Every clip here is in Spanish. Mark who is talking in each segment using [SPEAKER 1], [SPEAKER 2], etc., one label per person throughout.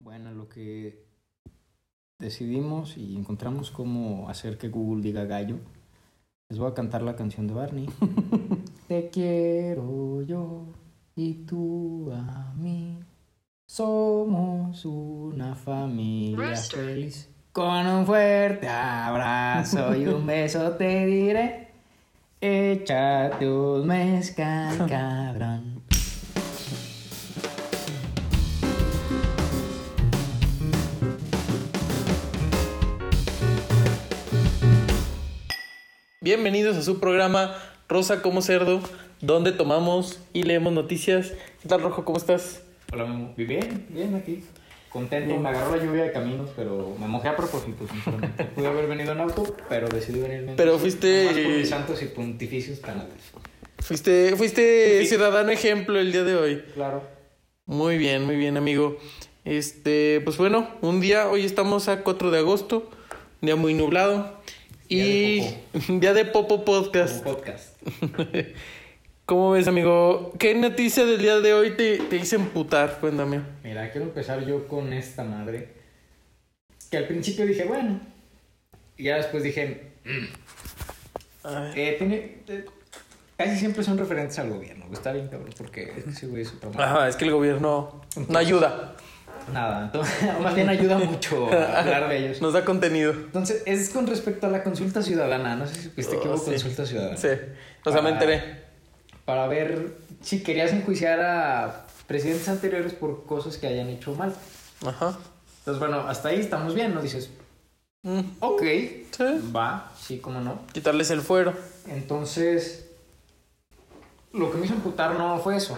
[SPEAKER 1] Bueno, lo que decidimos y encontramos cómo hacer que Google diga gallo, les voy a cantar la canción de Barney. Te quiero yo y tú a mí. Somos una familia
[SPEAKER 2] Rooster.
[SPEAKER 1] feliz. Con un fuerte abrazo y un beso te diré. Échate un mezcal, cabrón.
[SPEAKER 3] Bienvenidos a su programa Rosa como Cerdo, donde tomamos y leemos noticias. ¿Qué tal, Rojo? ¿Cómo estás?
[SPEAKER 1] Hola, Memo. Bien, bien aquí. Contento, me agarró la lluvia de caminos, pero me mojé a propósito. sinceramente. Pude haber venido en auto, pero decidí venirme en
[SPEAKER 3] Pero
[SPEAKER 1] coche,
[SPEAKER 3] fuiste-
[SPEAKER 1] nomás por mis santos y pontificios canales.
[SPEAKER 3] Fuiste, fuiste ciudadano ejemplo el día de hoy.
[SPEAKER 1] Claro.
[SPEAKER 3] Muy bien, muy bien, amigo. Este, pues bueno, un día, hoy estamos a 4 de agosto, un día muy nublado.
[SPEAKER 1] Día
[SPEAKER 3] y
[SPEAKER 1] de
[SPEAKER 3] día de Popo
[SPEAKER 1] Como
[SPEAKER 3] Podcast.
[SPEAKER 1] podcast.
[SPEAKER 3] ¿Cómo ves, amigo? ¿Qué noticia del día de hoy te, te hizo emputar? Cuéntame.
[SPEAKER 1] Mira, quiero empezar yo con esta madre. Que al principio dije, bueno. Y ya después dije, eh, tiene- eh, casi siempre son referentes al gobierno. güey, Está bien, cabrón, porque ese güey es otra madre.
[SPEAKER 3] Ajá, es que el gobierno no ayuda,
[SPEAKER 1] Nada, entonces, más bien ayuda mucho a hablar de ellos.
[SPEAKER 3] nos da contenido.
[SPEAKER 1] Entonces, es con respecto a la consulta ciudadana. No sé si supiste que
[SPEAKER 3] Oh,
[SPEAKER 1] hubo
[SPEAKER 3] sí.
[SPEAKER 1] Este consulta ciudadana.
[SPEAKER 3] Sí, o sea, me
[SPEAKER 1] Ah.
[SPEAKER 3] enteré.
[SPEAKER 1] Para ver si querías enjuiciar a presidentes anteriores por cosas que hayan hecho mal.
[SPEAKER 3] Ajá.
[SPEAKER 1] Entonces, bueno, hasta ahí estamos bien, ¿no? Dices,
[SPEAKER 3] Mm,
[SPEAKER 1] ok,
[SPEAKER 3] sí.
[SPEAKER 1] va, sí, cómo no.
[SPEAKER 3] Quitarles el fuero.
[SPEAKER 1] Entonces, lo que me hizo emputar no fue eso.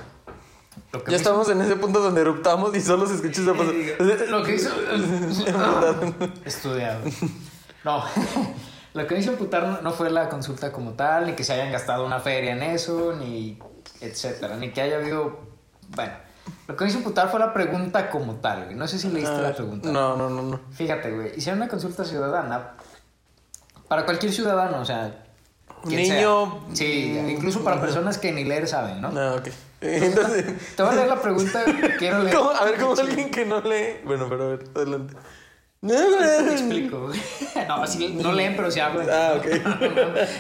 [SPEAKER 1] Lo que
[SPEAKER 3] Ya
[SPEAKER 1] me hizo-
[SPEAKER 3] estamos en ese punto donde eruptamos y solo se escucha esa
[SPEAKER 1] Eh,
[SPEAKER 3] cosa.
[SPEAKER 1] digo, Lo que hizo. Ah. Estudiado. No. Lo que me hizo emputar no- no fue la consulta como tal, ni que se hayan gastado una feria en eso, ni etcétera, ni que haya habido. Bueno, lo que me hizo emputar fue la pregunta como tal, güey. No sé si leíste la pregunta.
[SPEAKER 3] Ah, No, no, no, no.
[SPEAKER 1] Fíjate, güey. Hicieron una consulta ciudadana para cualquier ciudadano, o sea. quien
[SPEAKER 3] Niño-
[SPEAKER 1] sea.
[SPEAKER 3] mm,
[SPEAKER 1] Sí, incluso para personas que ni leer saben, ¿no?
[SPEAKER 3] No, ok. Entonces,
[SPEAKER 1] Te voy a leer la pregunta, quiero leer.
[SPEAKER 3] ¿cómo- a ver, ¿cómo alguien que no lee? Bueno, pero a ver, adelante.
[SPEAKER 1] Te explico. No, sí, no leen, pero se hablan.
[SPEAKER 3] Ah, ok.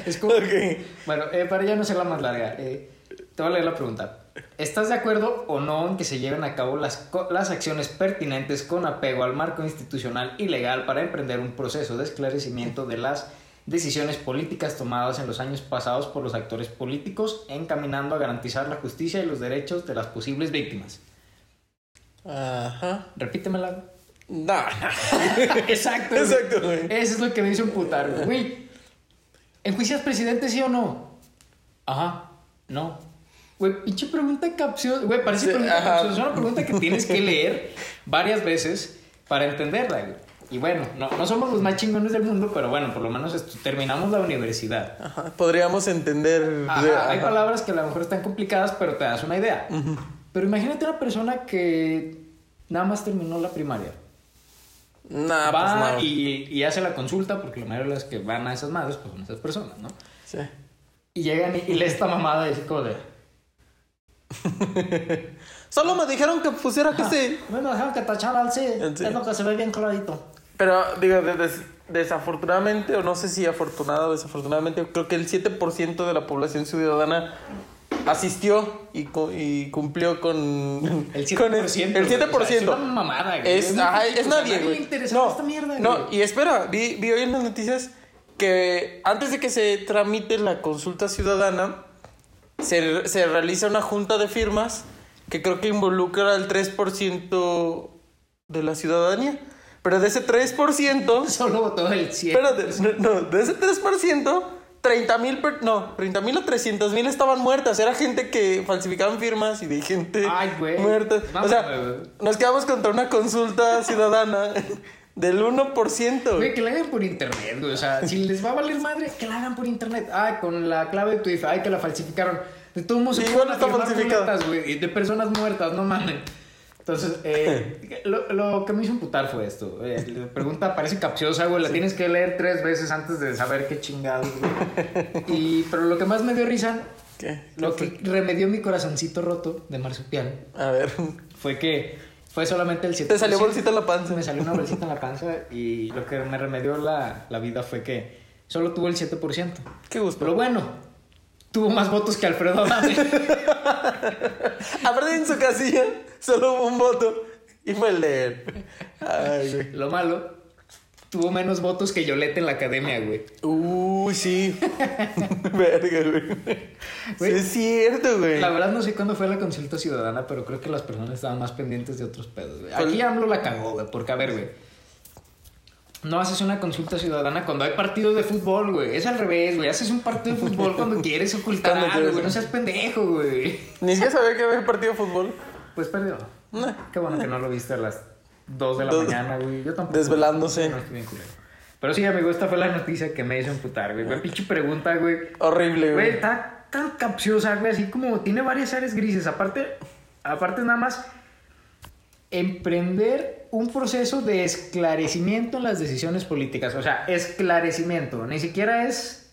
[SPEAKER 1] Es como-
[SPEAKER 3] Ok.
[SPEAKER 1] Bueno, eh, para ya no ser la más larga, eh, te voy a leer la pregunta. ¿Estás de acuerdo o no en que se lleven a cabo las, co- las acciones pertinentes con apego al marco institucional y legal para emprender un proceso de esclarecimiento de las decisiones políticas tomadas en los años pasados por los actores políticos, encaminando a garantizar la justicia y los derechos de las posibles víctimas?
[SPEAKER 3] Ajá.
[SPEAKER 1] Repítemela.
[SPEAKER 3] No.
[SPEAKER 1] Exacto. güey.
[SPEAKER 3] Exacto, güey.
[SPEAKER 1] Eso es lo que me hizo emputar, güey. güey. ¿Enjuicias presidente sí o no? Ajá. No. Güey, pinche pregunta capciosa. Güey, parece
[SPEAKER 3] Sí,
[SPEAKER 1] pregunta
[SPEAKER 3] ajá.
[SPEAKER 1] capciosa. Es una pregunta que tienes que leer varias veces para entenderla, güey. Y bueno, no, no somos los más chingones del mundo, pero bueno, por lo menos estu- terminamos la universidad.
[SPEAKER 3] Ajá. Podríamos entender.
[SPEAKER 1] Ajá, hay
[SPEAKER 3] Ajá.
[SPEAKER 1] palabras que a lo mejor están complicadas, pero te das una idea. Pero imagínate una persona que nada más terminó la primaria
[SPEAKER 3] Nah,
[SPEAKER 1] va
[SPEAKER 3] pues no.
[SPEAKER 1] y, y hace la consulta, porque la mayoría de las que van a esas madres pues son esas personas, ¿no?
[SPEAKER 3] Sí.
[SPEAKER 1] Y llegan y, y lee esta mamada y dice como de...
[SPEAKER 3] Solo me dijeron que pusiera que sí.
[SPEAKER 1] Bueno, dejaron que tachara al sí,
[SPEAKER 3] Sí.
[SPEAKER 1] es lo que se ve bien clarito.
[SPEAKER 3] Pero, digo, de- des- desafortunadamente, o no sé si afortunado o desafortunadamente, creo que el 7% de la población ciudadana asistió y, cu- y cumplió con...
[SPEAKER 1] El 7%.
[SPEAKER 3] con
[SPEAKER 1] güey,
[SPEAKER 3] el
[SPEAKER 1] o sea,
[SPEAKER 3] 7%.
[SPEAKER 1] es una mamada, güey.
[SPEAKER 3] Es,
[SPEAKER 1] muy
[SPEAKER 3] ajá,
[SPEAKER 1] poquito,
[SPEAKER 3] es
[SPEAKER 1] o sea,
[SPEAKER 3] nadie,
[SPEAKER 1] nadie
[SPEAKER 3] güey.
[SPEAKER 1] le interesa
[SPEAKER 3] No,
[SPEAKER 1] esta mierda,
[SPEAKER 3] no,
[SPEAKER 1] güey.
[SPEAKER 3] y espera, vi, vi hoy en las noticias que antes de que se tramite la consulta ciudadana, se, se realiza una junta de firmas que creo que involucra al 3% de la ciudadanía. Pero de ese 3%,
[SPEAKER 1] Solo votó el 100.
[SPEAKER 3] espérate, no, de ese 3%, 30 mil, no, 30 mil o 300 mil estaban muertas. Era gente que falsificaban firmas y de gente
[SPEAKER 1] Ay, güey.
[SPEAKER 3] muerta. o sea,
[SPEAKER 1] Mámame, güey.
[SPEAKER 3] nos quedamos contra una consulta ciudadana del 1%.
[SPEAKER 1] Güey, que la hagan por internet, güey. O sea, si les va a valer madre, que la hagan por internet. Ay, con la clave de tu Ay, que la falsificaron. De todo mundo
[SPEAKER 3] Y
[SPEAKER 1] se
[SPEAKER 3] igual
[SPEAKER 1] pueden
[SPEAKER 3] está
[SPEAKER 1] afirmar
[SPEAKER 3] falsificada.
[SPEAKER 1] boletas, güey, y De personas muertas, no mames. Entonces, eh, lo, lo que me hizo emputar fue esto. Eh, la pregunta parece capciosa, güey. La tienes que leer tres veces antes de saber qué chingados, güey. Y, pero lo que más me dio risa,
[SPEAKER 3] ¿Qué?
[SPEAKER 1] lo que remedió mi corazoncito roto de marsupial,
[SPEAKER 3] A ver.
[SPEAKER 1] fue que Fue solamente el 7%.
[SPEAKER 3] Te salió bolsita en la panza.
[SPEAKER 1] Me salió una bolsita en la panza y lo que me remedió la, la vida fue que solo tuvo el 7%.
[SPEAKER 3] Qué gusto.
[SPEAKER 1] Pero bueno, tuvo más votos que Alfredo Adame.
[SPEAKER 3] Aparte en su casilla, solo hubo un voto. Y fue el de él. Ay, güey.
[SPEAKER 1] Lo malo, tuvo menos votos que Yolette en la academia, güey.
[SPEAKER 3] Uy, sí. Verga, güey. Sí, es cierto, güey.
[SPEAKER 1] La verdad no sé cuándo fue la consulta ciudadana, pero creo que las personas estaban más pendientes de otros pedos, güey.
[SPEAKER 3] Pues-
[SPEAKER 1] Aquí AMLO la cagó, güey, porque a ver, güey. No haces una consulta ciudadana cuando hay partidos de fútbol, güey. Es al revés, güey. Haces un partido de fútbol cuando quieres ocultar
[SPEAKER 3] Cuando
[SPEAKER 1] algo,
[SPEAKER 3] quieres.
[SPEAKER 1] güey. No seas pendejo, güey.
[SPEAKER 3] Ni siquiera sabía que había el partido de fútbol.
[SPEAKER 1] Pues perdió.
[SPEAKER 3] Nah.
[SPEAKER 1] Qué bueno que no lo viste a las 2 de la
[SPEAKER 3] Dos.
[SPEAKER 1] mañana, güey. Yo tampoco.
[SPEAKER 3] Desvelándose.
[SPEAKER 1] No, estoy bien culero. Pero sí, amigo, esta fue la noticia que me hizo emputar, güey. Güey, Pinche pregunta, güey. Güey,
[SPEAKER 3] Horrible, güey.
[SPEAKER 1] está tan capciosa, güey, así como tiene varias áreas grises. Aparte, aparte nada más, emprender un proceso de esclarecimiento en las decisiones políticas. O sea, esclarecimiento. Ni siquiera es,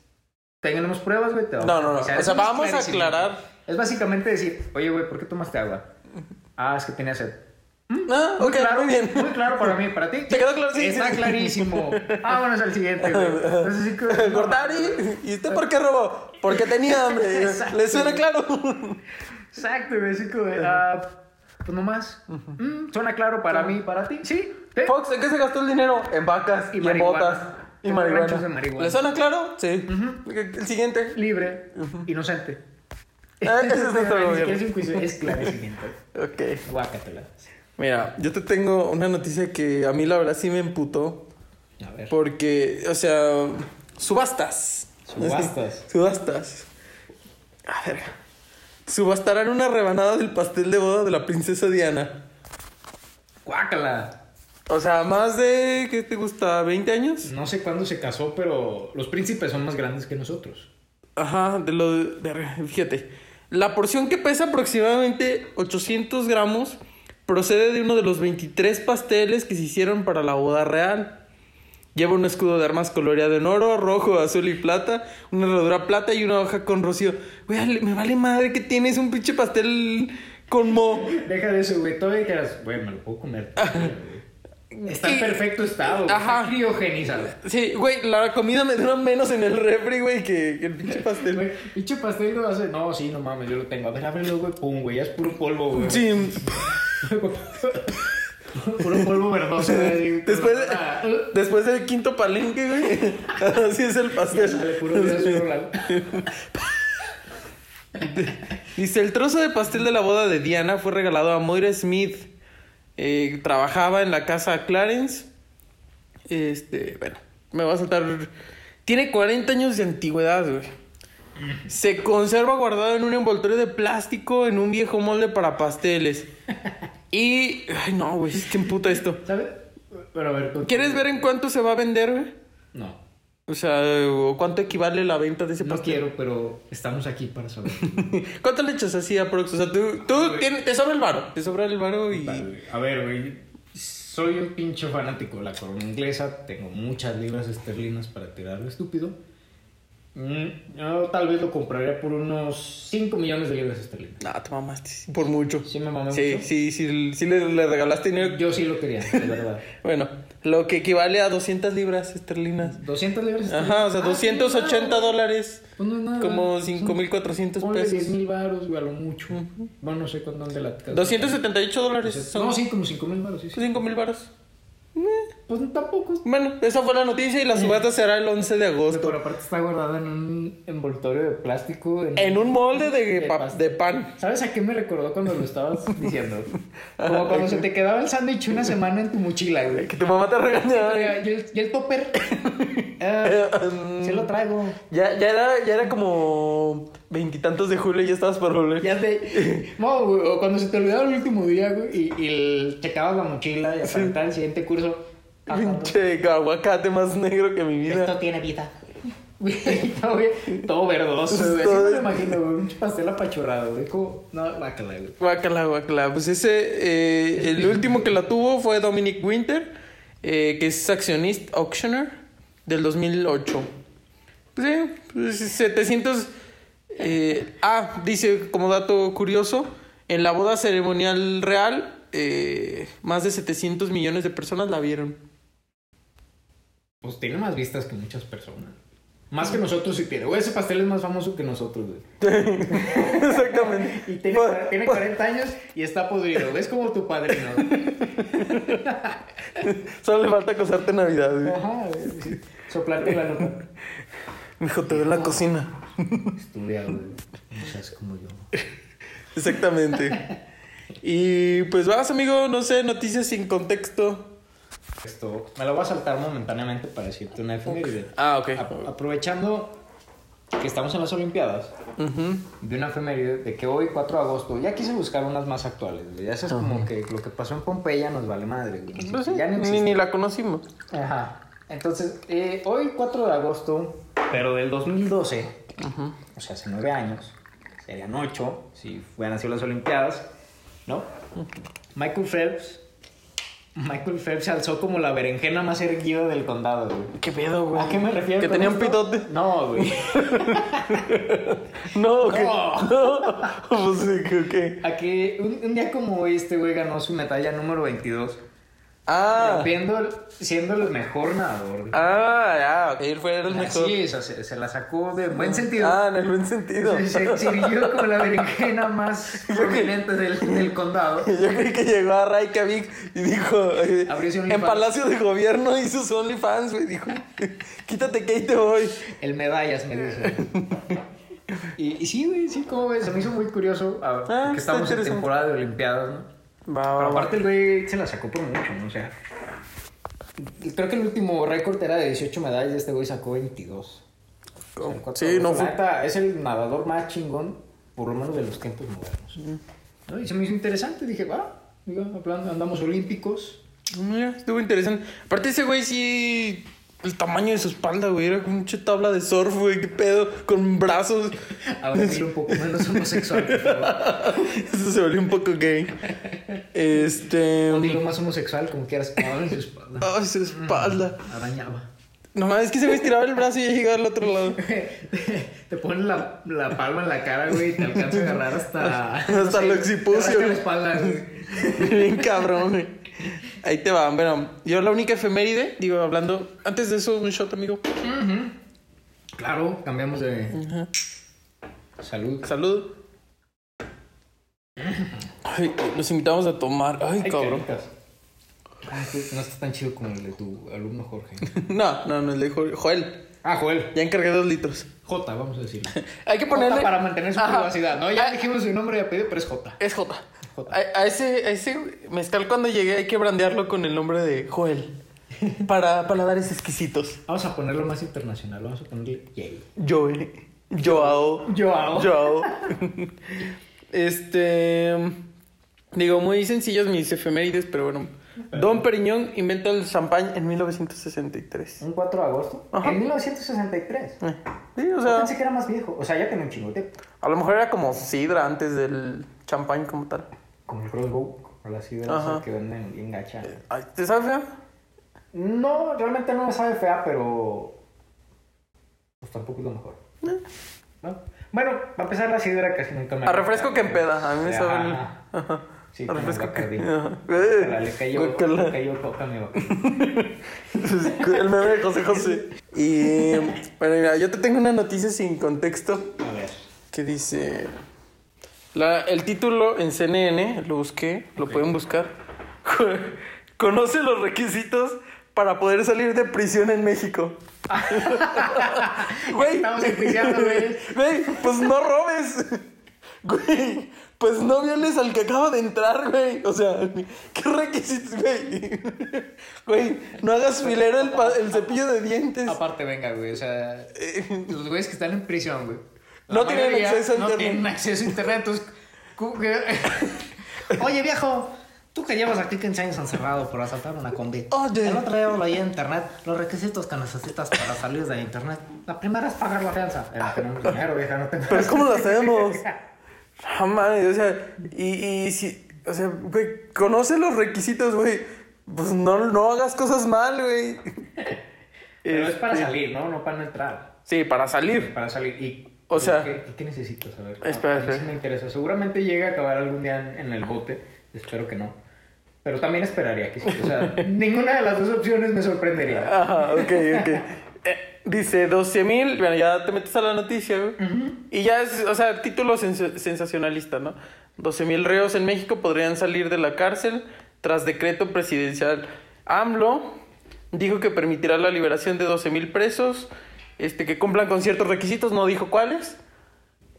[SPEAKER 1] tenemos pruebas, güey. te vamos
[SPEAKER 3] No, no,
[SPEAKER 1] a
[SPEAKER 3] no.
[SPEAKER 1] avisar".
[SPEAKER 3] O
[SPEAKER 1] Es
[SPEAKER 3] sea,
[SPEAKER 1] un
[SPEAKER 3] vamos a
[SPEAKER 1] esclarecimiento.
[SPEAKER 3] aclarar.
[SPEAKER 1] Es básicamente decir, oye, güey, ¿por qué tomaste agua? Ah, es que tenía sed.
[SPEAKER 3] Ah,
[SPEAKER 1] Muy
[SPEAKER 3] ok,
[SPEAKER 1] claro,
[SPEAKER 3] muy bien.
[SPEAKER 1] Muy claro para mí, para ti.
[SPEAKER 3] ¿Te quedó claro? Sí,
[SPEAKER 1] Está
[SPEAKER 3] sí.
[SPEAKER 1] clarísimo. Vámonos al siguiente, güey. Entonces, sí que-
[SPEAKER 3] Cortar y... ¿Y usted por qué robó? Porque tenía hambre.
[SPEAKER 1] Exacto.
[SPEAKER 3] ¿Le suena claro?
[SPEAKER 1] Exacto, güey, así como de, ah, pues nomás. Mm, suena claro para mí, para ti. Sí. sí.
[SPEAKER 3] Fox, ¿en qué se gastó el dinero? En vacas
[SPEAKER 1] Y
[SPEAKER 3] y, en
[SPEAKER 1] ¿Eh? marihuana.
[SPEAKER 3] botas. Y
[SPEAKER 1] En ranchos de
[SPEAKER 3] marihuana.
[SPEAKER 1] marihuana.
[SPEAKER 3] ¿Le suena claro? Sí. El siguiente.
[SPEAKER 1] Libre, inocente.
[SPEAKER 3] Eh, ese es nuestro
[SPEAKER 1] Ni siquiera
[SPEAKER 3] gobierno.
[SPEAKER 1] es un juicio, es esclarecimiento.
[SPEAKER 3] Ok.
[SPEAKER 1] Guácatela.
[SPEAKER 3] Mira, yo te tengo una noticia que a mí la verdad sí me emputó.
[SPEAKER 1] A ver.
[SPEAKER 3] Porque, o sea, subastas.
[SPEAKER 1] Subastas.
[SPEAKER 3] subastas. A ver. Subastarán una rebanada del pastel de boda de la princesa Diana.
[SPEAKER 1] Guácala.
[SPEAKER 3] O sea, más de, ¿qué te gusta? ¿20 años?
[SPEAKER 1] No sé cuándo se casó, pero los príncipes son más grandes que nosotros.
[SPEAKER 3] Ajá, de lo de... verga, Fíjate. La porción que pesa aproximadamente 800 gramos procede de uno de los 23 pasteles que se hicieron para la boda real. Lleva un escudo de armas coloreado en oro, rojo, azul y plata, una herradura plata y una hoja con rocío. Güey, ale- me vale madre que tienes un pinche pastel con mo.
[SPEAKER 1] Deja de eso, güey. Todavía dijeras, güey, me lo puedo comer. Está en
[SPEAKER 3] Y-
[SPEAKER 1] perfecto estado. güey.
[SPEAKER 3] Ajá.
[SPEAKER 1] Está criogenizado.
[SPEAKER 3] Sí, güey, la comida me dura menos en el refri, güey, que, que el pinche pastel.
[SPEAKER 1] Güey, Pinche pastel lo hace. No, sí, no mames, yo lo tengo. A ver, ábrelo, güey. Pum, güey. Ya es puro polvo, güey.
[SPEAKER 3] Sí,
[SPEAKER 1] Puro polvo verdoso. güey,
[SPEAKER 3] Después,
[SPEAKER 1] con la-
[SPEAKER 3] después del quinto palenque, güey. Así es el
[SPEAKER 1] Sale
[SPEAKER 3] pastel.
[SPEAKER 1] puro dedo, puro lado.
[SPEAKER 3] Dice, el trozo de pastel de la boda de Diana fue regalado a Moira Smith. Eh, trabajaba en la casa Clarence. Este, bueno, me va a saltar. Tiene 40 años de antigüedad, güey. Se conserva guardado en un envoltorio de plástico en un viejo molde para pasteles. Y. Ay, no, güey, es que emputa esto.
[SPEAKER 1] ¿Sabes? Pero a ver. continúa.
[SPEAKER 3] ¿Quieres ver en cuánto se va a vender, güey?
[SPEAKER 1] No.
[SPEAKER 3] O sea, ¿o ¿cuánto equivale la venta de ese
[SPEAKER 1] No
[SPEAKER 3] pastel?
[SPEAKER 1] quiero, pero estamos aquí para saber.
[SPEAKER 3] ¿Cuánto le echas así a Prox? O sea, tú,
[SPEAKER 1] Ah,
[SPEAKER 3] tú tienes- te sobra el varo. Te sobra el varo y.
[SPEAKER 1] Vale, A ver, güey. Soy un pinche fanático de la corona inglesa. Tengo muchas libras esterlinas para tirarlo estúpido. Mm, Yo tal vez lo compraría por unos 5 millones de libras esterlinas.
[SPEAKER 3] No, te mamaste. sí, Por mucho.
[SPEAKER 1] Sí, me mamé
[SPEAKER 3] Sí,
[SPEAKER 1] mucho.
[SPEAKER 3] sí, sí, sí le, le regalaste dinero.
[SPEAKER 1] Yo sí lo quería, de verdad.
[SPEAKER 3] Bueno, lo que equivale a 200 libras esterlinas.
[SPEAKER 1] 200 libras.
[SPEAKER 3] Ajá, o sea,
[SPEAKER 1] Ah,
[SPEAKER 3] 280
[SPEAKER 1] no,
[SPEAKER 3] dólares.
[SPEAKER 1] pues no es nada.
[SPEAKER 3] Como
[SPEAKER 1] Son-
[SPEAKER 3] 5.400
[SPEAKER 1] ponle
[SPEAKER 3] pesos.
[SPEAKER 1] 10.000 varos, güey, a lo mucho. Bueno, no sé cuándo ande la.
[SPEAKER 3] 278 dólares.
[SPEAKER 1] Pues, No,
[SPEAKER 3] Son
[SPEAKER 1] sí, como 5.000 varos, sí, sí.
[SPEAKER 3] 5.000 varos.
[SPEAKER 1] Pues tampoco. es-
[SPEAKER 3] Bueno, esa fue la noticia y la subasta será el 11 de agosto.
[SPEAKER 1] Pero aparte está guardado en un envoltorio de plástico. En,
[SPEAKER 3] En un molde de,
[SPEAKER 1] De
[SPEAKER 3] pa-
[SPEAKER 1] pastel.
[SPEAKER 3] de pan.
[SPEAKER 1] ¿Sabes a qué me recordó cuando lo estabas diciendo?
[SPEAKER 3] Ah,
[SPEAKER 1] Como cuando se te quedaba el sándwich una semana en tu mochila, güey.
[SPEAKER 3] Que tu mamá te regañaba. Eh,
[SPEAKER 1] Y el, y el topper. Ah, se lo traigo.
[SPEAKER 3] um, Ya, ya, era, ya era como veintitantos de julio y ya estabas por volver.
[SPEAKER 1] Ya te. No, güey, o cuando se te olvidaba el último día, güey, y, y el- checabas la mochila y para entrar al siguiente curso. ah,
[SPEAKER 3] Pinche aguacate más negro que mi vida.
[SPEAKER 1] Esto tiene vida. Güey, todo, bien- todo verdoso, güey. Así
[SPEAKER 3] Todo-
[SPEAKER 1] me lo imagino, güey. Un pastel apachurrado, güey. Como. No, bácala, güey.
[SPEAKER 3] Guacala, guacala. Pues ese, eh, el último que la tuvo fue Dominic Winter, eh, que es accionista, auctioner, del 2008. Pues sí, pues 700. eh, ah, dice como dato curioso: en la boda ceremonial real eh, más de 700 millones de personas la vieron.
[SPEAKER 1] Pues tiene más vistas que muchas personas. Más que nosotros sí tiene. Güey, ese pastel es más famoso que nosotros, güey.
[SPEAKER 3] Exactamente. Pues,
[SPEAKER 1] Y tiene,
[SPEAKER 3] Por-
[SPEAKER 1] tiene 40 años y está podrido. Es como tu padrino.
[SPEAKER 3] Solo le falta acosarte en Navidad, güey.
[SPEAKER 1] Ajá, güey, sí. Soplarte la nuca.
[SPEAKER 3] Mijo, te veo en la cocina.
[SPEAKER 1] Estudia, güey. No seas como yo.
[SPEAKER 3] Exactamente. Y pues vas, amigo, no sé, noticias sin contexto.
[SPEAKER 1] Esto, me lo voy a saltar momentáneamente para decirte una efeméride.
[SPEAKER 3] Ah, ok.
[SPEAKER 1] A- aprovechando que estamos en las Olimpiadas,
[SPEAKER 3] Ujú.
[SPEAKER 1] de una efeméride de que hoy, 4 de agosto, ya quise buscar unas más actuales. güey. Ya sabes, como que lo que pasó en Pompeya nos vale madre. güey.
[SPEAKER 3] No sé,
[SPEAKER 1] Pues ya no
[SPEAKER 3] Pues ni,
[SPEAKER 1] existe.
[SPEAKER 3] ni la conocimos.
[SPEAKER 1] Ajá. Entonces, eh, hoy 4 de agosto, pero del 2012, o sea, hace nueve años, serían ocho si hubieran sido las Olimpiadas, ¿no? Michael Phelps, Michael Phelps se alzó como la berenjena más erguida del condado, güey.
[SPEAKER 3] ¿Qué pedo,
[SPEAKER 1] ¿A qué me refiero?
[SPEAKER 3] ¿Que
[SPEAKER 1] con
[SPEAKER 3] tenía un
[SPEAKER 1] esto?
[SPEAKER 3] pitote?
[SPEAKER 1] No, güey.
[SPEAKER 3] No, ¿qué?
[SPEAKER 1] No.
[SPEAKER 3] No. Pues sí, ¿qué? qué?
[SPEAKER 1] A que un, un día como hoy este güey ganó su medalla número 22,
[SPEAKER 3] Ah,
[SPEAKER 1] rompiendo el- siendo el mejor nadador. güey.
[SPEAKER 3] ah, ya, ok, él fue el mejor.
[SPEAKER 1] Así es, o sea, se, se la sacó de buen sentido.
[SPEAKER 3] Ah, en el buen sentido.
[SPEAKER 1] Se, se exhibió como la berenjena más prominente del, del condado.
[SPEAKER 3] Yo creí que llegó a Reykjavik y dijo: eh,
[SPEAKER 1] Abrió su
[SPEAKER 3] En
[SPEAKER 1] OnlyFans.
[SPEAKER 3] Palacio de Gobierno hizo su OnlyFans, güey. Dijo: Quítate que ahí te voy.
[SPEAKER 1] El medallas me dice. Y, y sí, güey, sí, como ves, se me hizo muy curioso ah,
[SPEAKER 3] Ah,
[SPEAKER 1] porque
[SPEAKER 3] está
[SPEAKER 1] estamos en
[SPEAKER 3] interesante.
[SPEAKER 1] temporada de Olimpiadas, ¿no?
[SPEAKER 3] Va,
[SPEAKER 1] Pero
[SPEAKER 3] va, va.
[SPEAKER 1] aparte el güey se la sacó por mucho, ¿no? O sea, creo que el último récord era de 18 medallas y este güey sacó 22. O sea, en cuanto a
[SPEAKER 3] Sí,
[SPEAKER 1] eso,
[SPEAKER 3] no
[SPEAKER 1] la
[SPEAKER 3] fue.
[SPEAKER 1] neta, es el nadador más chingón, por lo menos de los tiempos modernos. ¿No? Y se me hizo interesante, dije, va, digo, hablando- andamos olímpicos.
[SPEAKER 3] Mira, estuvo interesante. Aparte, ese güey sí. El tamaño de su espalda, güey. Era como una tabla de surf, güey. Qué pedo. Con brazos.
[SPEAKER 1] Ahora sí, un poco menos homosexual, por favor.
[SPEAKER 3] Eso se volvió un poco gay. Este.
[SPEAKER 1] Dilo más homosexual, como quieras. Ahora en su espalda.
[SPEAKER 3] Ay, su espalda.
[SPEAKER 1] Ah. Arañaba.
[SPEAKER 3] Nomás es que se me estiraba el brazo y ya llegaba al otro lado.
[SPEAKER 1] Te ponen la, la palma en la cara, güey, y te alcanza a agarrar hasta.
[SPEAKER 3] Hasta
[SPEAKER 1] no sé,
[SPEAKER 3] el occipucio.
[SPEAKER 1] te rasca la espalda, güey.
[SPEAKER 3] Bien cabrón, güey. Ahí te va. Bueno, yo la única efeméride, digo, hablando. Antes de eso, un shot, amigo.
[SPEAKER 1] Claro, cambiamos de. Salud.
[SPEAKER 3] Salud. Ay, los invitamos a tomar. Ay,
[SPEAKER 1] Ay,
[SPEAKER 3] cabrón.
[SPEAKER 1] qué ricas. Ay, qué- no está tan chido como el de tu alumno Jorge.
[SPEAKER 3] No, no, no, el de Jo- Joel.
[SPEAKER 1] Ah, Joel.
[SPEAKER 3] Ya encargué dos litros.
[SPEAKER 1] J, vamos a decirlo.
[SPEAKER 3] Hay que
[SPEAKER 1] J
[SPEAKER 3] ponerle.
[SPEAKER 1] para mantener su
[SPEAKER 3] Ajá. Ah.
[SPEAKER 1] privacidad, ¿no? Ya dijimos su nombre y apellido, pero es J.
[SPEAKER 3] Es J.
[SPEAKER 1] J.
[SPEAKER 3] A, a ese, a ese mezcal cuando llegué hay que brandearlo con el nombre de Joel. Para paladares exquisitos.
[SPEAKER 1] Vamos a ponerlo más internacional, vamos a ponerle Yay.
[SPEAKER 3] Joel. Joao.
[SPEAKER 1] Joao.
[SPEAKER 3] Joao. este. Digo, muy sencillos mis efemérides, pero bueno. Don Periñón inventa el champán en 1963.
[SPEAKER 1] Un 4 de agosto.
[SPEAKER 3] Ajá.
[SPEAKER 1] En 1963.
[SPEAKER 3] Eh, Sí, o
[SPEAKER 1] Yo
[SPEAKER 3] sea,
[SPEAKER 1] pensé que era más viejo. O sea, ya tenía un chingote.
[SPEAKER 3] a lo mejor era como sidra antes del champán como tal.
[SPEAKER 1] Como el crossbow, o la sidra
[SPEAKER 3] Ajá.
[SPEAKER 1] esa que venden bien gacha.
[SPEAKER 3] Ay, ¿Te sabes? eh?
[SPEAKER 1] No, realmente no me sabe fea, pero. Pues tampoco es lo mejor. ¿No? Bueno, para empezar, la sidra casi nunca me.
[SPEAKER 3] A refresco que empeda, a mí me
[SPEAKER 1] Ajá,
[SPEAKER 3] sabe el-
[SPEAKER 1] ajá.
[SPEAKER 3] Ajá.
[SPEAKER 1] Sí,
[SPEAKER 3] a
[SPEAKER 1] como
[SPEAKER 3] refresco que...
[SPEAKER 1] Bacardí.
[SPEAKER 3] Ajá.
[SPEAKER 1] Ojalá, Le cayó,
[SPEAKER 3] Guácala.
[SPEAKER 1] le cayó coca a mi Bacardí.
[SPEAKER 3] El meme de José José. Y bueno, mira, yo te tengo una noticia sin contexto
[SPEAKER 1] A ver.
[SPEAKER 3] que dice... La, el título en CNN, lo busqué, lo pueden buscar. Conoce los requisitos para poder salir de prisión en México. Güey.
[SPEAKER 1] Estamos enjuiciando, güey.
[SPEAKER 3] Güey, pues no robes. Güey, pues no violes al que acaba de entrar, güey. O sea, ¿qué requisitos, güey? Güey, no hagas filera el, pa- el cepillo de dientes. Eh,
[SPEAKER 1] Aparte, venga, güey, o sea. Los güeyes que están en prisión, güey.
[SPEAKER 3] No
[SPEAKER 1] La
[SPEAKER 3] tienen
[SPEAKER 1] mayoría
[SPEAKER 3] acceso a
[SPEAKER 1] no
[SPEAKER 3] internet.
[SPEAKER 1] tienen acceso a internet. entonces, ¿cómo que- Oye, viejo, tú que llevas aquí 15 años encerrado por asaltar una combi.
[SPEAKER 3] Oye.
[SPEAKER 1] El otro día lo leí en internet. Los requisitos que necesitas para salir de internet. La primera es pagar la fianza. Eh, no tenemos dinero, vieja, no tenemos.
[SPEAKER 3] Pero ¿cómo lo hacemos? No mames, o sea, y, y si, o sea, güey, conoce los requisitos, güey. Pues no, no hagas cosas mal, güey.
[SPEAKER 1] Pero es para
[SPEAKER 3] Este,
[SPEAKER 1] salir, ¿no? No para no entrar.
[SPEAKER 3] Sí, para salir.
[SPEAKER 1] Para salir. Y,
[SPEAKER 3] O sea-
[SPEAKER 1] ¿Qué, qué necesitas? A ver.
[SPEAKER 3] Espera,
[SPEAKER 1] a mí sí
[SPEAKER 3] espera.
[SPEAKER 1] me interesa. Seguramente llega a acabar algún día en, en el bote. Espero que no. Pero también esperaría que sí. O sea, ninguna de las dos opciones me sorprendería.
[SPEAKER 3] Ajá, ok, ok. Eh, dice 12 mil, bueno, ya te metes a la noticia, güey. Y ya es, o sea, título sens- sensacionalista, ¿no? 12 mil reos en México podrían salir de la cárcel tras decreto presidencial. AMLO dijo que permitirá la liberación de 12 mil presos, este, que cumplan con ciertos requisitos, no dijo cuáles.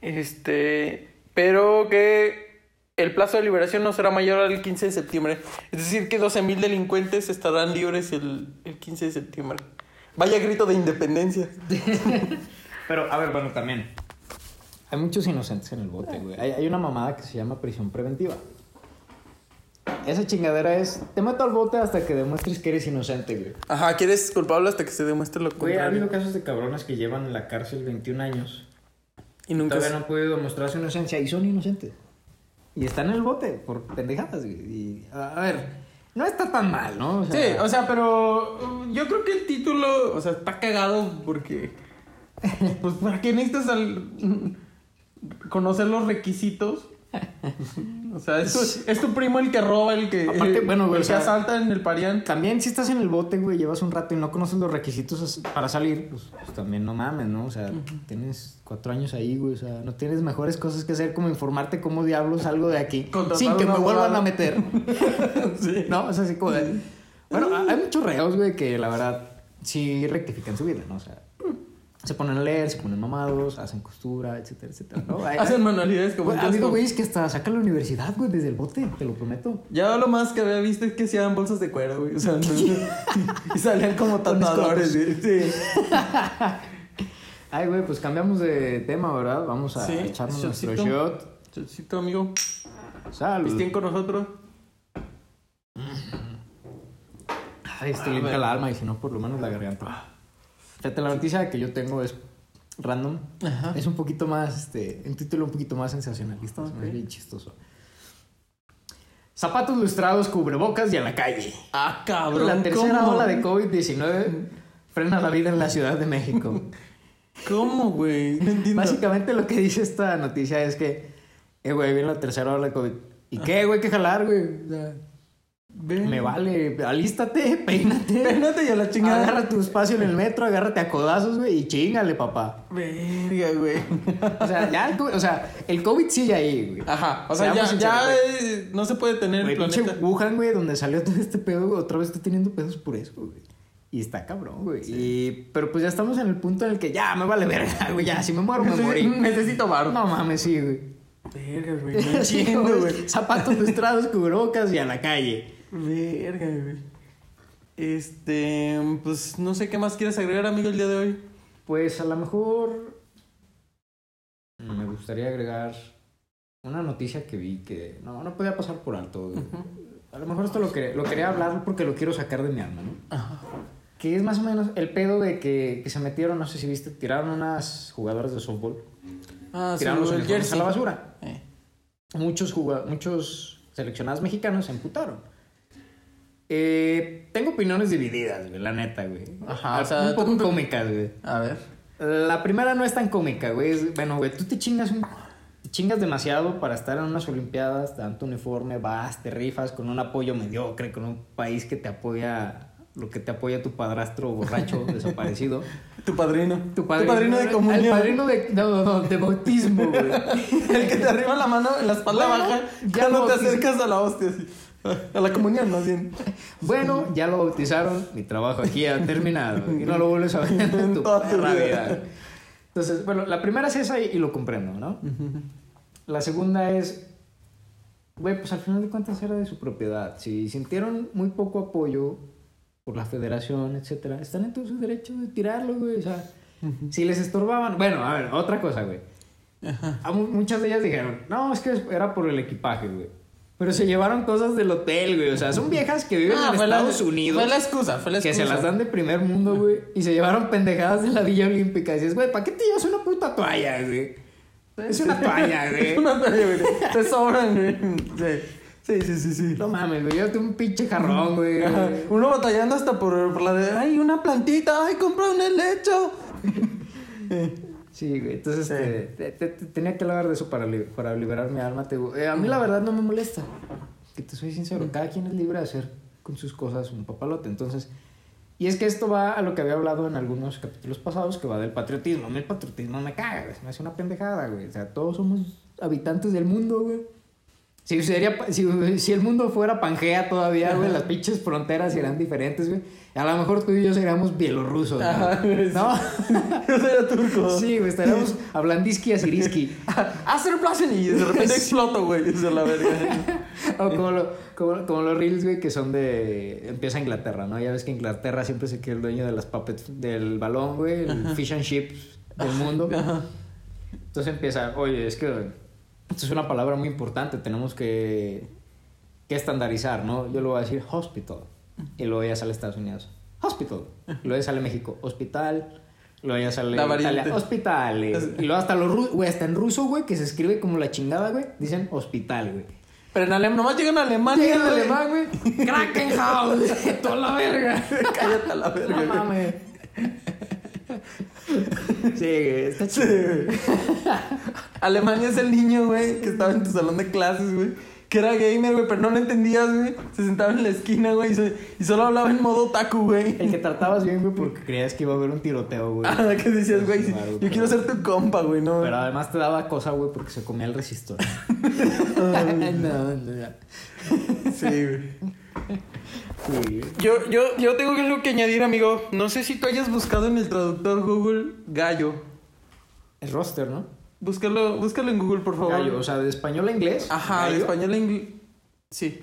[SPEAKER 3] Este, pero que el plazo de liberación no será mayor al 15 de septiembre. Es decir, que 12.000 delincuentes estarán libres el, el 15 de septiembre. Vaya grito de independencia.
[SPEAKER 1] Pero, a ver, bueno, también. Hay muchos inocentes en el bote, güey. Hay, hay una mamada que se llama prisión preventiva. Esa chingadera es, te meto al bote hasta que demuestres que eres inocente, güey.
[SPEAKER 3] Ajá, que eres culpable hasta que se demuestre lo
[SPEAKER 1] Güey, ha habido
[SPEAKER 3] contrario.
[SPEAKER 1] casos de cabrones que llevan en la cárcel 21 años.
[SPEAKER 3] Y nunca
[SPEAKER 1] Todavía
[SPEAKER 3] se-
[SPEAKER 1] no han podido demostrar su inocencia y son inocentes. Y están en el bote por pendejadas, güey. Y, a a ver, no está tan mal, ¿no? O
[SPEAKER 3] Sí, o sea, pero uh, yo creo que el título, o sea, está cagado porque... Pues, ¿para qué necesitas al- mm, conocer los requisitos? O sea, es tu, es tu primo el que roba, el que,
[SPEAKER 1] Aparte, bueno, güey, o
[SPEAKER 3] el que
[SPEAKER 1] sea-
[SPEAKER 3] asalta en el parián.
[SPEAKER 1] También si estás en el bote, güey, llevas un rato y no conoces los requisitos as- para salir, pues, pues también no mames, ¿no? O sea, tienes cuatro años ahí, güey, o sea, no tienes mejores cosas que hacer como informarte cómo diablos salgo de aquí
[SPEAKER 3] Contratar
[SPEAKER 1] sin que
[SPEAKER 3] un
[SPEAKER 1] me vuelvan
[SPEAKER 3] abogado.
[SPEAKER 1] a meter,
[SPEAKER 3] Sí.
[SPEAKER 1] ¿no? O sea, así como de... Bueno, a- hay muchos reos, güey, que la verdad sí rectifican su vida, ¿no? O sea, se ponen a leer, se ponen mamados, hacen costura, etcétera, etcéera, ¿no? Hay-
[SPEAKER 3] Hacen manualidades como
[SPEAKER 1] güey, ha
[SPEAKER 3] entonces,
[SPEAKER 1] habido
[SPEAKER 3] como-
[SPEAKER 1] güeyes que hasta sacan la universidad, güey, desde el bote, te lo prometo.
[SPEAKER 3] Ya lo más que había visto es que hacían bolsas de cuero, güey. O sea, no- y salían como
[SPEAKER 1] Con
[SPEAKER 3] tatuadores, güey. Sí.
[SPEAKER 1] Ay, güey, pues cambiamos de tema, ¿verdad? Vamos a
[SPEAKER 3] Sí,
[SPEAKER 1] echarnos nuestro
[SPEAKER 3] shotcito.
[SPEAKER 1] shot.
[SPEAKER 3] Chocito, amigo.
[SPEAKER 1] Salud.
[SPEAKER 3] Pistín con nosotros.
[SPEAKER 1] Ay, este,
[SPEAKER 3] ah,
[SPEAKER 1] estoy limpia la alma y si no, por lo menos la garganta. Fíjate, la noticia que yo tengo es random.
[SPEAKER 3] Ajá.
[SPEAKER 1] Es un poquito más, este, un título un poquito más sensacionalista.
[SPEAKER 3] Ok.
[SPEAKER 1] Es bien chistoso. Zapatos lustrados, cubrebocas y a la calle.
[SPEAKER 3] Ah, cabrón.
[SPEAKER 1] la tercera
[SPEAKER 3] ¿cómo?
[SPEAKER 1] ola de COVID-19 frena la vida en la Ciudad de México.
[SPEAKER 3] ¿Cómo, güey? No entiendo.
[SPEAKER 1] Básicamente lo que dice esta noticia es que, eh, güey, viene la tercera ola de COVID. ¿Y qué, güey? ¿Qué jalar, güey? O sea,
[SPEAKER 3] Ven.
[SPEAKER 1] me vale, alístate, peínate,
[SPEAKER 3] Espérate y a la chingada.
[SPEAKER 1] agarra tu espacio en el metro, agárrate a codazos, güey, y chingale, papá.
[SPEAKER 3] Verga, güey.
[SPEAKER 1] O sea, ya, el COVID, o sea, el COVID sigue ahí, güey.
[SPEAKER 3] Ajá. O sea,
[SPEAKER 1] Seamos
[SPEAKER 3] ya, ya
[SPEAKER 1] sinceros,
[SPEAKER 3] eh, no se puede tener
[SPEAKER 1] Güey,
[SPEAKER 3] el
[SPEAKER 1] pinche
[SPEAKER 3] planeta.
[SPEAKER 1] Wuhan, güey, donde salió todo este pedo, güey, otra vez está teniendo pedos por eso, güey. Y está cabrón, güey. Y- pero pues ya estamos en el punto en el que ya me vale verga, güey. Ya, si me muero, me
[SPEAKER 3] Necesi-
[SPEAKER 1] morí.
[SPEAKER 3] Necesito barro.
[SPEAKER 1] No mames, sí, güey.
[SPEAKER 3] Verga, güey. No
[SPEAKER 1] Así,
[SPEAKER 3] entiendo,
[SPEAKER 1] güey,
[SPEAKER 3] güey.
[SPEAKER 1] Zapatos lustrados, cubrebocas y a la calle.
[SPEAKER 3] Verga, güey. Este, pues no sé qué más quieres agregar, amigo, el día de hoy.
[SPEAKER 1] Pues a lo mejor. Me gustaría agregar una noticia que vi que no, no podía pasar por alto. A lo mejor esto lo, quería- lo quería hablar porque lo quiero sacar de mi alma, ¿no? Que es más o menos el pedo de que, que se metieron, no sé si viste, tiraron unas jugadoras de softball,
[SPEAKER 3] Ah,
[SPEAKER 1] tiraron los
[SPEAKER 3] el
[SPEAKER 1] uniformes a
[SPEAKER 3] jersey.
[SPEAKER 1] la basura.
[SPEAKER 3] Eh.
[SPEAKER 1] Muchos, juga- muchos seleccionados mexicanos se emputaron. Eh, tengo opiniones divididas, güey, la neta, güey. Ah,
[SPEAKER 3] Ajá, o
[SPEAKER 1] Un
[SPEAKER 3] sea,
[SPEAKER 1] poco cómicas, güey.
[SPEAKER 3] A ver.
[SPEAKER 1] La primera no es tan cómica, güey. Es- Bueno, güey, tú te chingas un- te chingas demasiado para estar en unas olimpiadas, tanto uniforme, vas, te rifas con un apoyo mediocre, con un país que te apoya, lo que te apoya tu padrastro borracho desaparecido.
[SPEAKER 3] Tu padrino.
[SPEAKER 1] Tu padrino,
[SPEAKER 3] de
[SPEAKER 1] El
[SPEAKER 3] comunión.
[SPEAKER 1] padrino de, no, no, no, de bautismo, güey.
[SPEAKER 3] El que te arriba la mano en la espalda
[SPEAKER 1] Bueno,
[SPEAKER 3] baja.
[SPEAKER 1] ya
[SPEAKER 3] Ya no
[SPEAKER 1] lo
[SPEAKER 3] te
[SPEAKER 1] hice.
[SPEAKER 3] acercas a la hostia. así. A la comunión, más bien.
[SPEAKER 1] Bueno, ya lo bautizaron, mi trabajo aquí ha terminado. Y no lo vuelves a ver en tu
[SPEAKER 3] Toda tu
[SPEAKER 1] perra
[SPEAKER 3] vida.
[SPEAKER 1] vida. Entonces, bueno, la primera es esa y, y lo comprendo, ¿no? La segunda es, güey, pues al final de cuentas era de su propiedad. Si sintieron muy poco apoyo por la federación, etcétera, están en todo su derecho de tirarlo, güey. O sea, si les estorbaban. Bueno, a ver, otra cosa, güey. A mu- muchas de ellas dijeron, no, es que era por el equipaje, güey. Pero se llevaron cosas del hotel, güey. O sea, son viejas que viven en Estados Unidos.
[SPEAKER 3] Ah, Fue la excusa, fue la
[SPEAKER 1] Que
[SPEAKER 3] excusa.
[SPEAKER 1] se las dan de primer mundo, güey. Y se llevaron pendejadas de la Villa Olímpica. Y dices, güey, ¿para qué te llevas una puta toalla, güey? Es una toalla, güey.
[SPEAKER 3] Es una toalla, güey. Te sobran, güey. Sí, sí, sí, sí. sí.
[SPEAKER 1] No mames, güey. Llévate un pinche jarrón, güey.
[SPEAKER 3] Ajá. Uno batallando hasta por, por la de. ¡Ay, una plantita! ¡Ay, compra un helecho!
[SPEAKER 1] Sí, güey. Entonces,
[SPEAKER 3] Sí.
[SPEAKER 1] este, te- te- te- tenía que hablar de eso para, li- para liberar mi alma. te digo. Eh, a mí, la verdad, no me molesta. que te soy sincero, cada quien es libre de hacer con sus cosas un papalote. Entonces, y es que esto va a lo que había hablado en algunos capítulos pasados, que va del patriotismo. A mí el patriotismo me caga, güey. Se me hace una pendejada, güey. O sea, todos somos habitantes del mundo, güey. Si, sería, si, si el mundo fuera Pangea todavía, güey, las pinches fronteras serían diferentes, güey. A lo mejor tú y yo seríamos bielorrusos, güey.
[SPEAKER 3] Ajá, güey, sí.
[SPEAKER 1] ¿no?
[SPEAKER 3] Yo soy turco.
[SPEAKER 1] Sí, güey, estaríamos hablandiski y asiriski.
[SPEAKER 3] Hacer placer y de repente exploto, güey. Eso es la verga.
[SPEAKER 1] O como, lo- como, como los reels, güey, que son de... Empieza Inglaterra, ¿no? Ya ves que Inglaterra siempre se queda el dueño de las puppets del balón, güey. El fish and chips del mundo. Entonces empieza, oye, es que... Esto es una palabra muy importante. Tenemos que... Que estandarizar, ¿no? Yo lo voy a decir hospital. Y luego ya sale Estados Unidos. Hospital. Y luego ya sale México. Hospital. Luego ya sale
[SPEAKER 3] La variante.
[SPEAKER 1] Italia. Hospitales. Y luego hasta los ru- güey, hasta en ruso, güey, que se escribe como la chingada, güey. Dicen hospital, güey.
[SPEAKER 3] Pero en Alemania, nomás llegan a Alemania.
[SPEAKER 1] Llega el
[SPEAKER 3] güey.
[SPEAKER 1] alemán, güey. Krakenhaus. Toda la verga.
[SPEAKER 3] Cállate a la verga.
[SPEAKER 1] No
[SPEAKER 3] güey.
[SPEAKER 1] mames. Sí, güey. Está chido.
[SPEAKER 3] Alemania es el niño, güey, que estaba en tu salón de clases, güey. Que era gamer, güey, pero no lo entendías, güey. Se sentaba en la esquina, güey, y, se- y solo hablaba en modo taku, güey.
[SPEAKER 1] El que tratabas bien, güey, porque creías que iba a haber un tiroteo, güey.
[SPEAKER 3] Ah, que decías, güey,
[SPEAKER 1] Claro,
[SPEAKER 3] yo
[SPEAKER 1] pero-
[SPEAKER 3] quiero ser tu compa, güey, no.
[SPEAKER 1] Pero además te daba cosa, güey, porque se comía el resistor. no, no, ya.
[SPEAKER 3] Sí, güey.
[SPEAKER 1] Sí, güey.
[SPEAKER 3] Yo, yo, yo tengo algo que añadir, amigo. No sé si tú hayas buscado en el traductor Google gallo.
[SPEAKER 1] Es roster, ¿no?
[SPEAKER 3] Búscalo, búscalo en Google, por favor.
[SPEAKER 1] Gallo, o sea, de español a inglés.
[SPEAKER 3] Ajá, de
[SPEAKER 1] gallo.
[SPEAKER 3] español a inglés. Sí.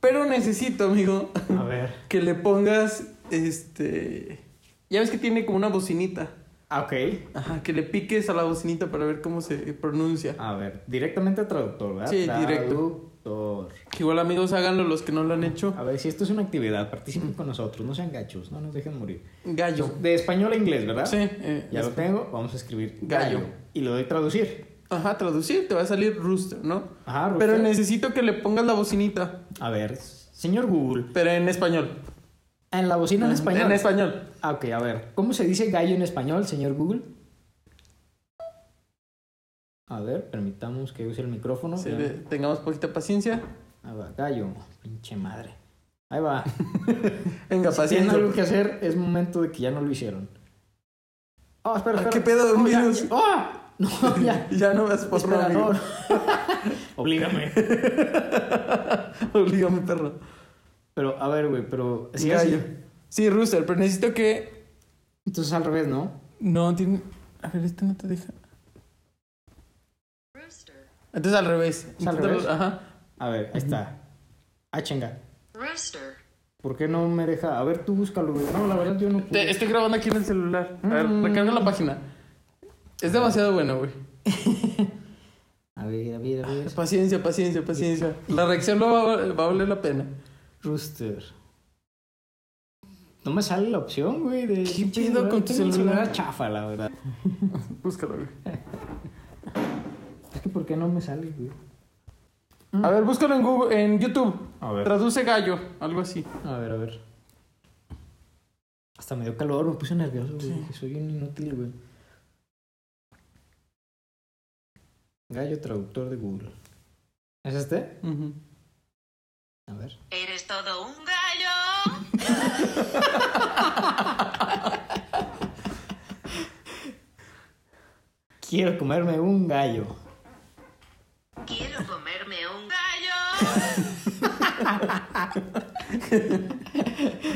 [SPEAKER 3] Pero necesito, amigo,
[SPEAKER 1] A ver.
[SPEAKER 3] que le pongas este. Ya ves que tiene como una bocinita.
[SPEAKER 1] Ah, ok.
[SPEAKER 3] Ajá, que le piques a la bocinita para ver cómo se pronuncia.
[SPEAKER 1] A ver, directamente a traductor, ¿verdad?
[SPEAKER 3] Sí, directo.
[SPEAKER 1] Traductor.
[SPEAKER 3] Que igual, amigos, háganlo los que no lo han hecho.
[SPEAKER 1] A ver, si esto es una actividad, participen con nosotros, no sean gachos, no nos dejen morir.
[SPEAKER 3] Gallo.
[SPEAKER 1] De español a inglés, ¿verdad?
[SPEAKER 3] Sí. eh,
[SPEAKER 1] Ya lo tengo, vamos a escribir
[SPEAKER 3] Gallo.
[SPEAKER 1] Y lo doy traducir.
[SPEAKER 3] Ajá, traducir, te va a salir rooster, ¿no?
[SPEAKER 1] Ajá, Rooster.
[SPEAKER 3] Pero necesito que le pongas la bocinita.
[SPEAKER 1] A ver, señor Google,
[SPEAKER 3] Pero en español.
[SPEAKER 1] en la bocina en español.
[SPEAKER 3] En español.
[SPEAKER 1] Ah, ok, a ver, ¿cómo se dice gallo en español, señor Google? A ver, permitamos que use el micrófono.
[SPEAKER 3] Sí,
[SPEAKER 1] Ya.
[SPEAKER 3] de- tengamos poquita paciencia.
[SPEAKER 1] Ah, va, gallo, pinche madre. Ahí va.
[SPEAKER 3] Venga,
[SPEAKER 1] Si tienen
[SPEAKER 3] paciencia.
[SPEAKER 1] algo que hacer, es momento de que ya no lo hicieron. Oh, espera,
[SPEAKER 3] Ah,
[SPEAKER 1] espera.
[SPEAKER 3] ¿qué pedo, Pues,
[SPEAKER 1] Oh, ya,
[SPEAKER 3] virus?
[SPEAKER 1] ya. ¡Ah! No, ya.
[SPEAKER 3] Ya no vas por
[SPEAKER 1] Espera,
[SPEAKER 3] amigo.
[SPEAKER 1] no. Oblígame.
[SPEAKER 3] Oblígame, perro.
[SPEAKER 1] Pero, a ver, güey, pero... sí,
[SPEAKER 3] Gallo.
[SPEAKER 1] así.
[SPEAKER 3] Sí, rooster, pero necesito que.
[SPEAKER 1] Entonces al revés, ¿no?
[SPEAKER 3] No, tiene. A ver, este no te deja.
[SPEAKER 2] Rooster.
[SPEAKER 3] Entonces al revés.
[SPEAKER 1] Es al
[SPEAKER 3] Inténtalo-
[SPEAKER 1] revés.
[SPEAKER 3] Ajá.
[SPEAKER 1] A ver, ahí está. Ah, chinga.
[SPEAKER 2] Rooster.
[SPEAKER 1] ¿Por qué no me deja? A ver, tú búscalo, güey. No, la verdad yo no
[SPEAKER 3] Te-
[SPEAKER 1] pude.
[SPEAKER 3] estoy grabando aquí en el celular. A ver,
[SPEAKER 1] Mm.
[SPEAKER 3] recarga la página. Es demasiado bueno, güey.
[SPEAKER 1] A ver, a ver, a ver.
[SPEAKER 3] Paciencia, paciencia, paciencia. La reacción no va, va a valer la pena.
[SPEAKER 1] Rooster. No me sale la opción, güey. De...
[SPEAKER 3] ¿Qué pedo con tu
[SPEAKER 1] Tengo un
[SPEAKER 3] celular?
[SPEAKER 1] chafa, la verdad.
[SPEAKER 3] Búscalo, güey.
[SPEAKER 1] Es que ¿por qué no me sale, güey?
[SPEAKER 3] A ver, búscalo en Google, en YouTube.
[SPEAKER 1] A ver.
[SPEAKER 3] Traduce gallo, algo así.
[SPEAKER 1] A ver, a ver. Hasta me dio calor, me puse nervioso, güey. Dije, Soy un inútil, güey. Gallo traductor de Google. ¿Es este?
[SPEAKER 3] Ujú.
[SPEAKER 1] A ver.
[SPEAKER 2] Eres todo un gallo.
[SPEAKER 1] Quiero comerme un gallo.
[SPEAKER 2] Quiero comerme un gallo.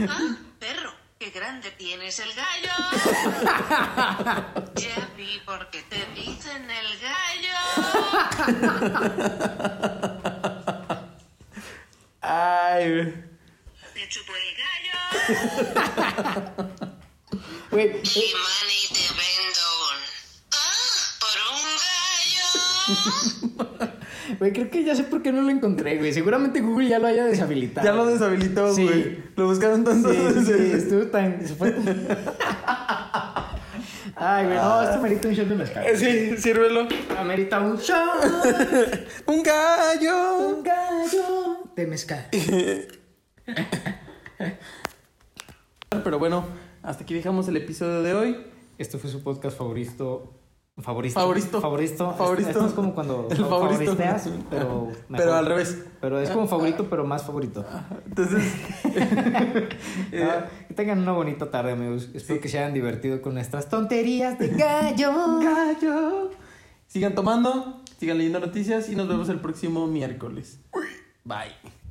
[SPEAKER 2] Ah, perro, qué grande tienes el gallo. Ya vi por qué te dicen el gallo.
[SPEAKER 3] Ay, güey.
[SPEAKER 2] Te chupó el gallo.
[SPEAKER 1] Güey,
[SPEAKER 2] Y mani te vendo un. Ah, por un gallo.
[SPEAKER 1] eh, güey, creo que ya sé por qué no lo encontré, güey. Seguramente Google ya lo haya deshabilitado.
[SPEAKER 3] Ya lo deshabilitó,
[SPEAKER 1] Sí.
[SPEAKER 3] güey. Lo buscaron tantas
[SPEAKER 1] Sí, sí, sí,
[SPEAKER 3] veces.
[SPEAKER 1] estuvo tan. se fue- Ay, güey, no, esto merita un shot de mezcal.
[SPEAKER 3] Eh, Sí, sírvelo.
[SPEAKER 1] Amerita un shot,
[SPEAKER 3] Un gallo.
[SPEAKER 1] un gallo de mezcal.
[SPEAKER 3] Pero bueno, hasta aquí dejamos el episodio de hoy.
[SPEAKER 1] Esto fue su podcast favorito. Favorista.
[SPEAKER 3] Favoristo.
[SPEAKER 1] Favoristo.
[SPEAKER 3] Favoristo.
[SPEAKER 1] Esto es como cuando
[SPEAKER 3] El
[SPEAKER 1] fa-
[SPEAKER 3] favorito.
[SPEAKER 1] favoristeas, pero.
[SPEAKER 3] Pero al revés.
[SPEAKER 1] Pero es como favorito, pero más favorito.
[SPEAKER 3] Entonces, Eh.
[SPEAKER 1] Ah, que tengan una bonita tarde, amigos. Espero que se hayan divertido con nuestras tonterías de gallo.
[SPEAKER 3] gallo. Sigan tomando, sigan leyendo noticias y nos vemos el próximo miércoles. Bye.